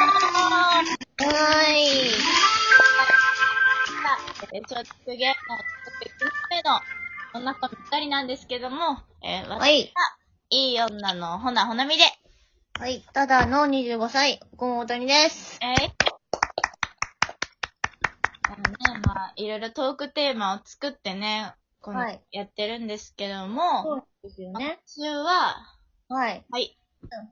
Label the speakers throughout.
Speaker 1: はい。
Speaker 2: えーちょっとゲームを作っていくけど、そんなことぴったりなんですけども、えー、
Speaker 1: は
Speaker 2: 私
Speaker 1: い。
Speaker 2: いい女のほなほなみで、
Speaker 1: はい。ただの25歳、ゴンオタニです。
Speaker 2: えーあのね、まあ、いろいろトークテーマを作ってね、この、
Speaker 1: はい
Speaker 2: やってるんですけども、
Speaker 1: うですよ
Speaker 2: 今。週は、
Speaker 1: はい。
Speaker 2: はい、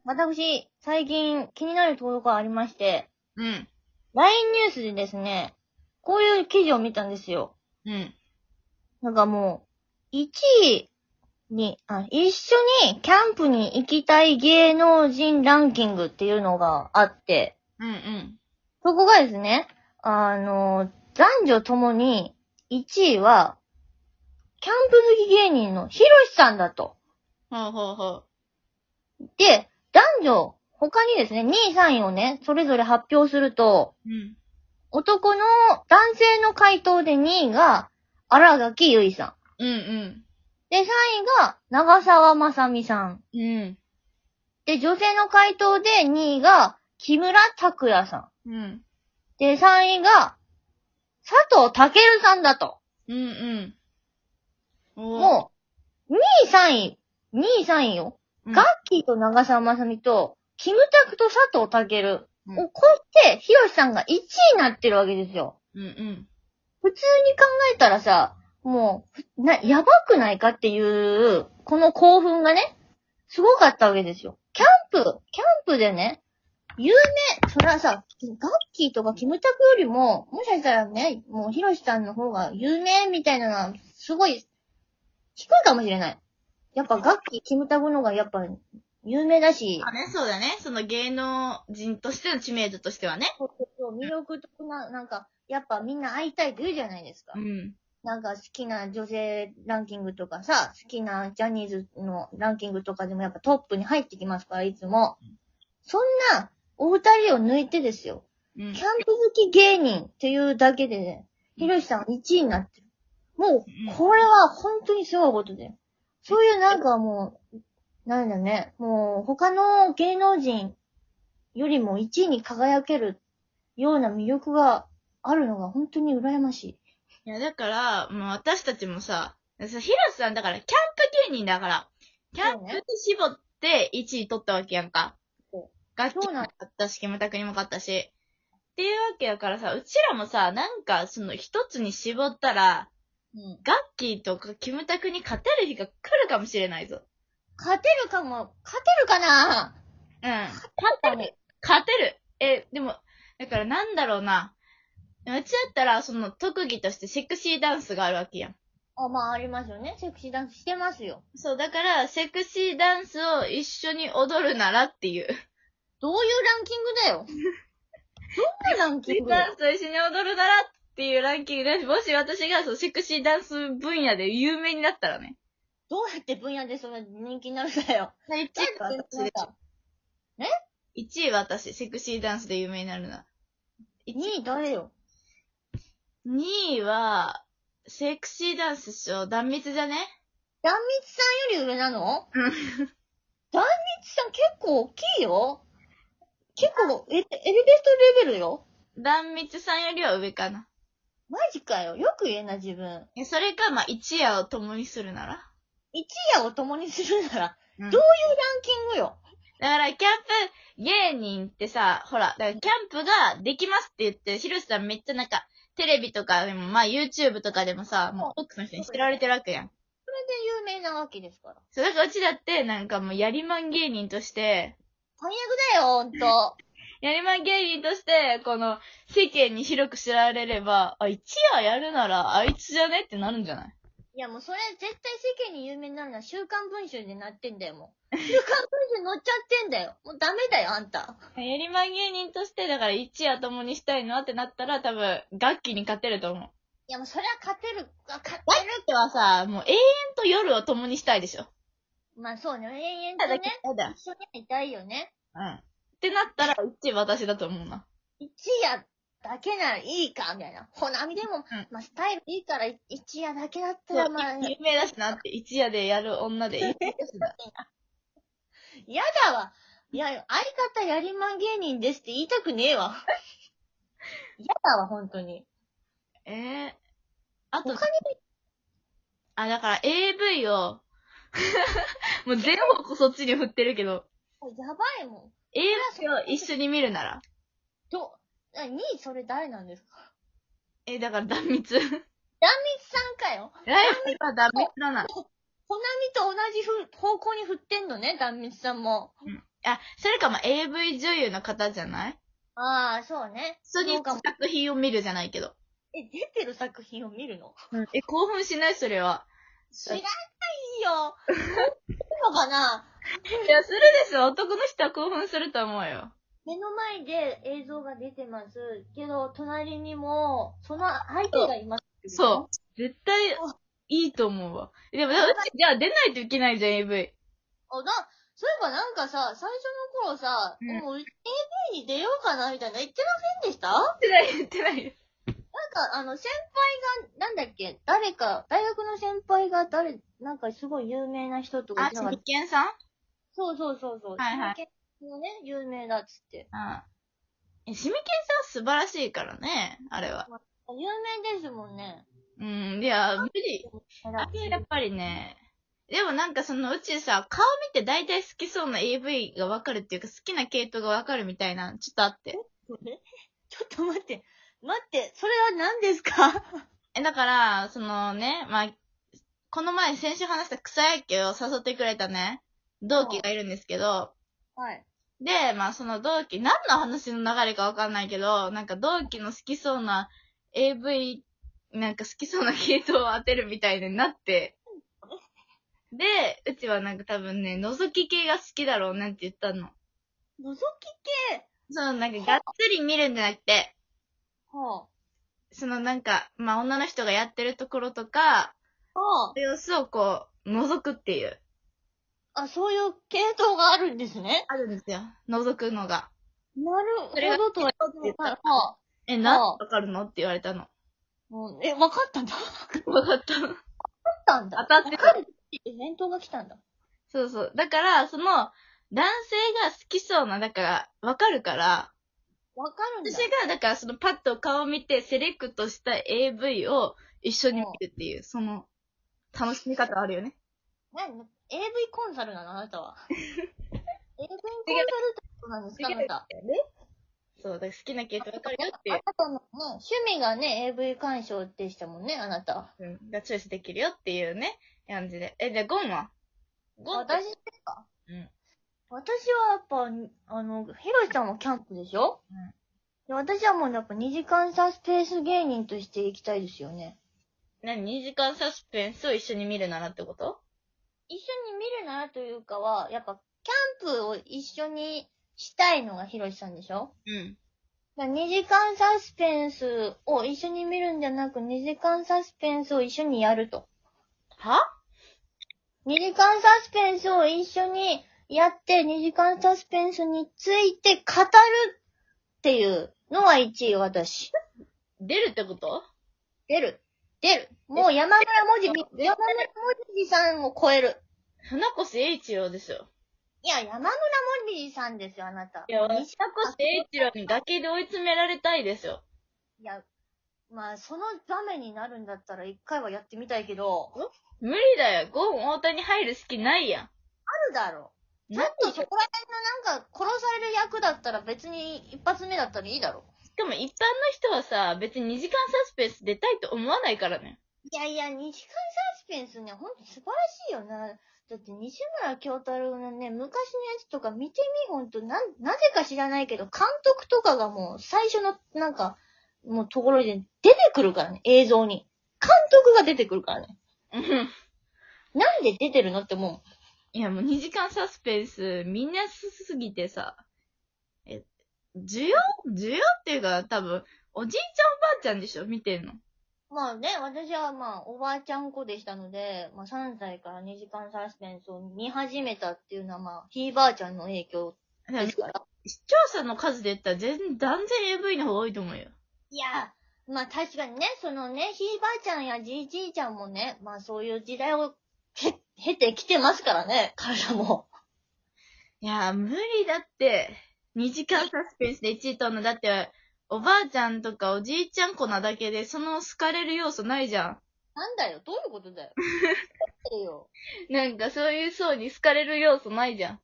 Speaker 1: 私、最近気になるところがありまして、
Speaker 2: うん、
Speaker 1: LINE ニュースでですね、こういう記事を見たんですよ。
Speaker 2: うん、
Speaker 1: なんかもう、1位に、あ、一緒にキャンプに行きたい芸能人ランキングっていうのがあって、
Speaker 2: うん、うん、
Speaker 1: そこがですね、あの、男女ともに1位は、キャンプ好き芸人のヒロシさんだと。
Speaker 2: ほうほうほう、
Speaker 1: で、男女、他にですね、2位、3位をね、それぞれ発表すると、
Speaker 2: うん、
Speaker 1: 男の男性の回答で2位が荒垣結衣さん。
Speaker 2: うん、
Speaker 1: で、3位が長澤まさみさん。
Speaker 2: うん、うん、
Speaker 1: で、女性の回答で2位が木村拓哉さん。
Speaker 2: うん、
Speaker 1: で、3位が佐藤健さんだと。
Speaker 2: うん、うん。も
Speaker 1: もう、2位、3位、2位、3位よ。
Speaker 2: うん
Speaker 1: ガッキーと長澤まさみと、キムタクと佐藤健
Speaker 2: うん
Speaker 1: を超えて、ヒロシさんが1位になってるわけですよ。
Speaker 2: う、うん、うん。
Speaker 1: 普通に考えたらさ、もう、な、やばくないかっていう、この興奮がね、すごかったわけですよ。キャンプ、キャンプでね、有名、それはさ、ガッキーとかキムタクよりも、もしかしたらね、もうヒロシさんの方が有名みたいなのは、すごい、低いかもしれない。やっぱガッキー、キムタクの方がやっぱ有名だし、
Speaker 2: あね、そうだね。その芸能人としての知名度としてはね。
Speaker 1: 魅力的な、なんか、やっぱみんな会いたいって言うじゃないですか。
Speaker 2: ん。
Speaker 1: なんか好きな女性ランキングとかさ、好きなジャニーズのランキングとかでもやっぱトップに入ってきますから、いつも。そんな、お二人を抜いてですよ。
Speaker 2: うん
Speaker 1: キャンプ好き芸人っていうだけでね、ひろしさん1位になってる。も
Speaker 2: うん
Speaker 1: う、これは本当にすごいことだよ。そういうなんかもう、なんだね、もう他の芸能人よりも1位に輝けるような魅力があるのが本当に羨まし
Speaker 2: い
Speaker 1: い。
Speaker 2: や、だから、もう私たちもさ、そうヒロシさんだから、キャンプ芸人だから、キャンプに絞って1位取ったわけやんか
Speaker 1: そ。
Speaker 2: 楽器
Speaker 1: そう
Speaker 2: も
Speaker 1: な
Speaker 2: 買
Speaker 1: の
Speaker 2: ったし、キムタクにも買ったし。っていうわけやからさ、うちらもさ、なんか、その一つに絞ったら、
Speaker 1: うん。
Speaker 2: ガッキーとかキムタクに勝てる日が来るかもしれないぞ。
Speaker 1: 勝てるかも、勝てるかな
Speaker 2: うん。勝てる勝てる。え、でも、だからなんだろうな。うちだったら、その特技としてセクシーダンスがあるわけやん。
Speaker 1: あ、まあありますよね。セクシーダンスしてますよ。
Speaker 2: そう、だから、セクシーダンスを一緒に踊るならっていう。
Speaker 1: どういうランキング だよ。どんなラン
Speaker 2: セ
Speaker 1: キ
Speaker 2: クシー
Speaker 1: ングだ
Speaker 2: ダ
Speaker 1: よ
Speaker 2: ン。スを一緒に踊るならっていうランキングで、もし私がそうセクシーダンス分野で有名になったらね。
Speaker 1: どうやって分野でそんな人気になるんだよ。
Speaker 2: 1位は私でしょ。1位は私、セクシーダンスで有名になるな。
Speaker 1: 2位誰よ。
Speaker 2: 2位は、セクシーダンスしょ、断密じゃね
Speaker 1: 壇蜜さんより上なの
Speaker 2: うん
Speaker 1: 壇蜜さん結構大きいよ。結構、えエレベートレベルよ。
Speaker 2: 断密さんよりは上かな。
Speaker 1: マジかよ。よく言えな、自分。
Speaker 2: え、それか、まあ、一夜を共にするなら。
Speaker 1: 一夜を共にするなら、ラン
Speaker 2: うん
Speaker 1: どうキングよ。
Speaker 2: だから、キャンプ芸人ってさ、ほら、だからキャンプができますって言って、ヒロシさんめっちゃなんか、テレビとかでも、まあ、YouTube とかでもさ、もう多くの人に知られてるわけやん。
Speaker 1: で、有名なわけですから。
Speaker 2: そう、だからうちだって、なんかもう、やりまん芸人として、
Speaker 1: 最悪だよ、ほんと。
Speaker 2: やりまん芸人として、この、世間に広く知られれば、あ、一夜やるなら、あいつじゃねってなるんじゃない
Speaker 1: いやもうそれ絶対世間に有名になるのは週刊文春でなってんだよ、もう。週刊文春載っちゃってんだよ。もうダメだよ、あんた。
Speaker 2: やりまん芸人として、だから一夜共にしたいなってなったら、多分、楽器に勝てると思う。
Speaker 1: いやもうそれは勝てる、あ勝
Speaker 2: ワイルってはさ、もう永遠と夜を共にしたいでしょ。
Speaker 1: まあそうね、延々とね、
Speaker 2: やだ。
Speaker 1: 一緒にいたいよね。
Speaker 2: うん。ってなったら、うち私だと思うな。
Speaker 1: 一夜だけならいいか、みたいな。ほなみでも、
Speaker 2: ん
Speaker 1: まあスタイルいいから一夜だけだった
Speaker 2: そ
Speaker 1: ら
Speaker 2: う
Speaker 1: まあ、
Speaker 2: 有 名だしなって、一夜でやる女で。
Speaker 1: 嫌だわ。いや、相方やりまん芸人ですって言いたくねえ わ。嫌だわ、本当に。
Speaker 2: ええあと
Speaker 1: 他、に
Speaker 2: あ、だから AV を、 もう全方向そっちに振ってるけど、
Speaker 1: も、やばいもん。
Speaker 2: AV を一緒に見るなら。
Speaker 1: ど、なにそれ誰なんですか
Speaker 2: え、だから断 密。
Speaker 1: 壇蜜さんかよ。
Speaker 2: ライブは断密だな。
Speaker 1: ほなみと同じふ方向に振ってんのね、壇蜜さんも。
Speaker 2: あ、それかも AV 女優の方じゃない
Speaker 1: ああ、そうね。
Speaker 2: そに
Speaker 1: うかも。
Speaker 2: 作品を見るじゃないけど。
Speaker 1: え、出てる作品を見るの
Speaker 2: え、興奮しないそれは。
Speaker 1: 知らないよ。興奮するのかない
Speaker 2: や、するですよ。男の人は興奮すると思うよ。
Speaker 1: 目の前で映像が出てますけど、隣にも、その相手がいます。
Speaker 2: そう。絶対、いいと思うわ。でも、うち、じゃあ出ないといけないじゃん、AV。
Speaker 1: あ、な、そういえばなんかさ、最初の頃さ、
Speaker 2: うん
Speaker 1: もう AV に出ようかなみたいな言ってませんでしたなんか
Speaker 2: 出ない、出ない。
Speaker 1: あの、先輩が、なんだっけ、誰か、大学の先輩が誰、なんかすごい有名な人とか
Speaker 2: あ、
Speaker 1: じゃなかった
Speaker 2: 真剣さん
Speaker 1: そうそうそうそう。
Speaker 2: はいはい
Speaker 1: その研究のね、有名だっつって。
Speaker 2: うん。え、シミケンさん素晴らしいからね、あれは。
Speaker 1: 有名ですもんね。
Speaker 2: うん、いや、無理。あ
Speaker 1: あ
Speaker 2: れやっぱりね。でもなんかそのうちさ、顔見て大体好きそうな AV がわかるっていうか、好きな系統がわかるみたいな、ちょっとあって。
Speaker 1: ちょっと待って、待って、それは何ですか
Speaker 2: え、だから、そのね、まあ、この前先週話した草野球を誘ってくれたね、同期がいるんですけど、
Speaker 1: はい。
Speaker 2: で、まあその同期、何の話の流れかわかんないけど、なんか同期の好きそうな AV、なんか好きそうな系統を当てるみたいになって、で、うちはなんか多分ね、覗き系が好きだろうなんて言ったの。
Speaker 1: 覗き系
Speaker 2: そのなんかがっつり見るんじゃなくて、
Speaker 1: は
Speaker 2: そのなんか、まあ女の人がやってるところとか、
Speaker 1: あ、は
Speaker 2: 様子をこう、覗くっていう。
Speaker 1: あ、あ、そういう系統があるんですね。
Speaker 2: あるんですよ。覗くのが。
Speaker 1: なる
Speaker 2: それが
Speaker 1: ほどとは言って
Speaker 2: は
Speaker 1: ないい。はあ
Speaker 2: え、なんでわかるのって言われたの。
Speaker 1: うんえ、分かったんだ。分か
Speaker 2: わかった。
Speaker 1: ったんだ。
Speaker 2: 当たって
Speaker 1: 分
Speaker 2: た
Speaker 1: かるって返答が来たんだ。
Speaker 2: そうそう。だから、その、男性が好きそうな、だから、わかるから、
Speaker 1: 分かるん
Speaker 2: 私
Speaker 1: だ。
Speaker 2: が、だから、そのパッと顔を見て、セレクトした AV を一緒に見るっていう、その、楽しみ方あるよね。
Speaker 1: 何 ?AV コンサルなのあなたは。AV コンサルってことなんですかあなた。
Speaker 2: そう、だから好きな系統わかるよってい
Speaker 1: あ
Speaker 2: う
Speaker 1: な、たのね、趣味がね、AV 鑑賞でしたもんね、あなた。
Speaker 2: うん、がチョイスできるよっていうね、感じで。え、じゃあ、ゴンはゴンって
Speaker 1: 私ですか
Speaker 2: うん。
Speaker 1: 私はやっぱ、あの、ヒロシさんはキャンプでしょ
Speaker 2: うん
Speaker 1: で私はもうやっぱ2時間差スペース芸人として行きたいですよね。
Speaker 2: 何 ?2 時間サスペンスを一緒に見るならってこと
Speaker 1: 一緒に見るならというかは、やっぱキャンプを一緒にしたいのがヒロシさんでしょ
Speaker 2: うん。
Speaker 1: 2時間サスペンスを一緒に見るんじゃなく、2時間サスペンスを一緒にやると。
Speaker 2: は
Speaker 1: 2時間サスペンスを一緒にやって、2時間サスペンスについて語るっていうのは1位、私。
Speaker 2: 出るってこと
Speaker 1: 出る。出る。もう山村文字、山
Speaker 2: 出る
Speaker 1: 村文字さんを超える。
Speaker 2: 花越英一郎ですよ。
Speaker 1: いや、山村文字さんですよ、あなた。
Speaker 2: いや、西
Speaker 1: 西
Speaker 2: 田越英一郎に崖で追い詰められたいですよ。
Speaker 1: いや、まあ、その場面になるんだったら一回はやってみたいけど、あ
Speaker 2: 無理だよ。ゴーン大谷入る隙ないや
Speaker 1: るだろ
Speaker 2: ん。
Speaker 1: う。ちょっと
Speaker 2: 何
Speaker 1: そ
Speaker 2: し
Speaker 1: こら辺のなんか殺される役だったら別に一発目だったらいいだろう。
Speaker 2: かも一般の人はさ、別に2時間サスペンス出たいと思わないからね。
Speaker 1: いやいや、二時間サスペンスね、ほんと素晴らしいよな。だって西村京太郎のね、昔のやつとか見てみ、ほんと、なん、なぜか知らないけど、監督とかがもう最初の、なんか、もうところで出てくるからね、映像に。監督が出てくるからね。
Speaker 2: うん
Speaker 1: なんで出てるのって思う。
Speaker 2: いや、もう2時間サスペンス、みんなすすぎてさ、え、需要需要っていうか、多分、おじいちゃんおばあちゃんでしょ見てんの。
Speaker 1: まあね、私はまあ、おばあちゃん子でしたので、まあ3歳から2時間サスペンスを見始めたっていうのはまあ、ひいばあちゃんの影響ですから。
Speaker 2: 視聴者の数で言ったら全然、断然 AV の方が多いと思うよ。
Speaker 1: いや、まあ確かにね、そのね、ひいばあちゃんやじいじいちゃんもね、まあそういう時代をへ、経てきてますからね、彼らも。
Speaker 2: いやー、無理だって。2時間サスペンスで1位取るの。だって、おばあちゃんとかおじいちゃん子なだけで、その好かれる要素ないじゃ
Speaker 1: なんだよ、どういうことだよ。書いてるよ。
Speaker 2: ん。なんかそういう層に好かれる要素ないじゃ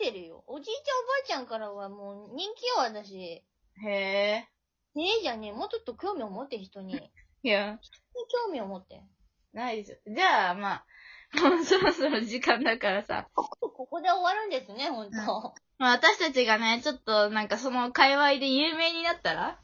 Speaker 1: 書いてるよ。おじいちゃんおばあちゃんからはもう人気よ、私。
Speaker 2: ん。へ
Speaker 1: ねえじゃねえ、もうちょっと興味を持って人に。
Speaker 2: え。いや、
Speaker 1: 興味を持って。
Speaker 2: ないですよ。じゃあ、 まあ、もうそろそろ時間だからさ。
Speaker 1: ここで終わるんですね、ほんと。
Speaker 2: まあ私たちがね、ちょっとなんかその界隈で有名になったら、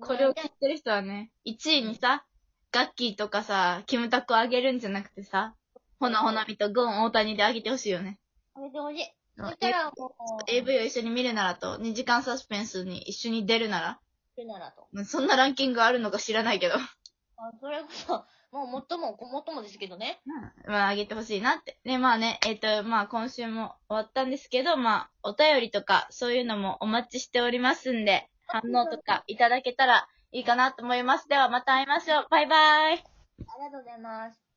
Speaker 2: これを聞いてる人はね、1位にさ、ガッキーとかさ、キムタクをあげるんじゃなくてさ、ほなほなみとゴン大谷であげてほしいよね。
Speaker 1: やめてほしい。
Speaker 2: うん
Speaker 1: そしたらもう、
Speaker 2: A- AV を一緒に見るならと、2時間サスペンスに一緒に出るなら、
Speaker 1: ってならと。
Speaker 2: まあそんなランキングあるのか知らないけど、
Speaker 1: あそれこそ、もうもっとも、ごもっともですけどね。
Speaker 2: まああげてほしいなって。で、まあね、えっ、と、まあ今週も終わったんですけど、まあお便りとかそういうのもお待ちしておりますんで、反応とかいただけたらいいかなと思います。ではまた会いましょう。バイバイ。
Speaker 1: ありがとうございます。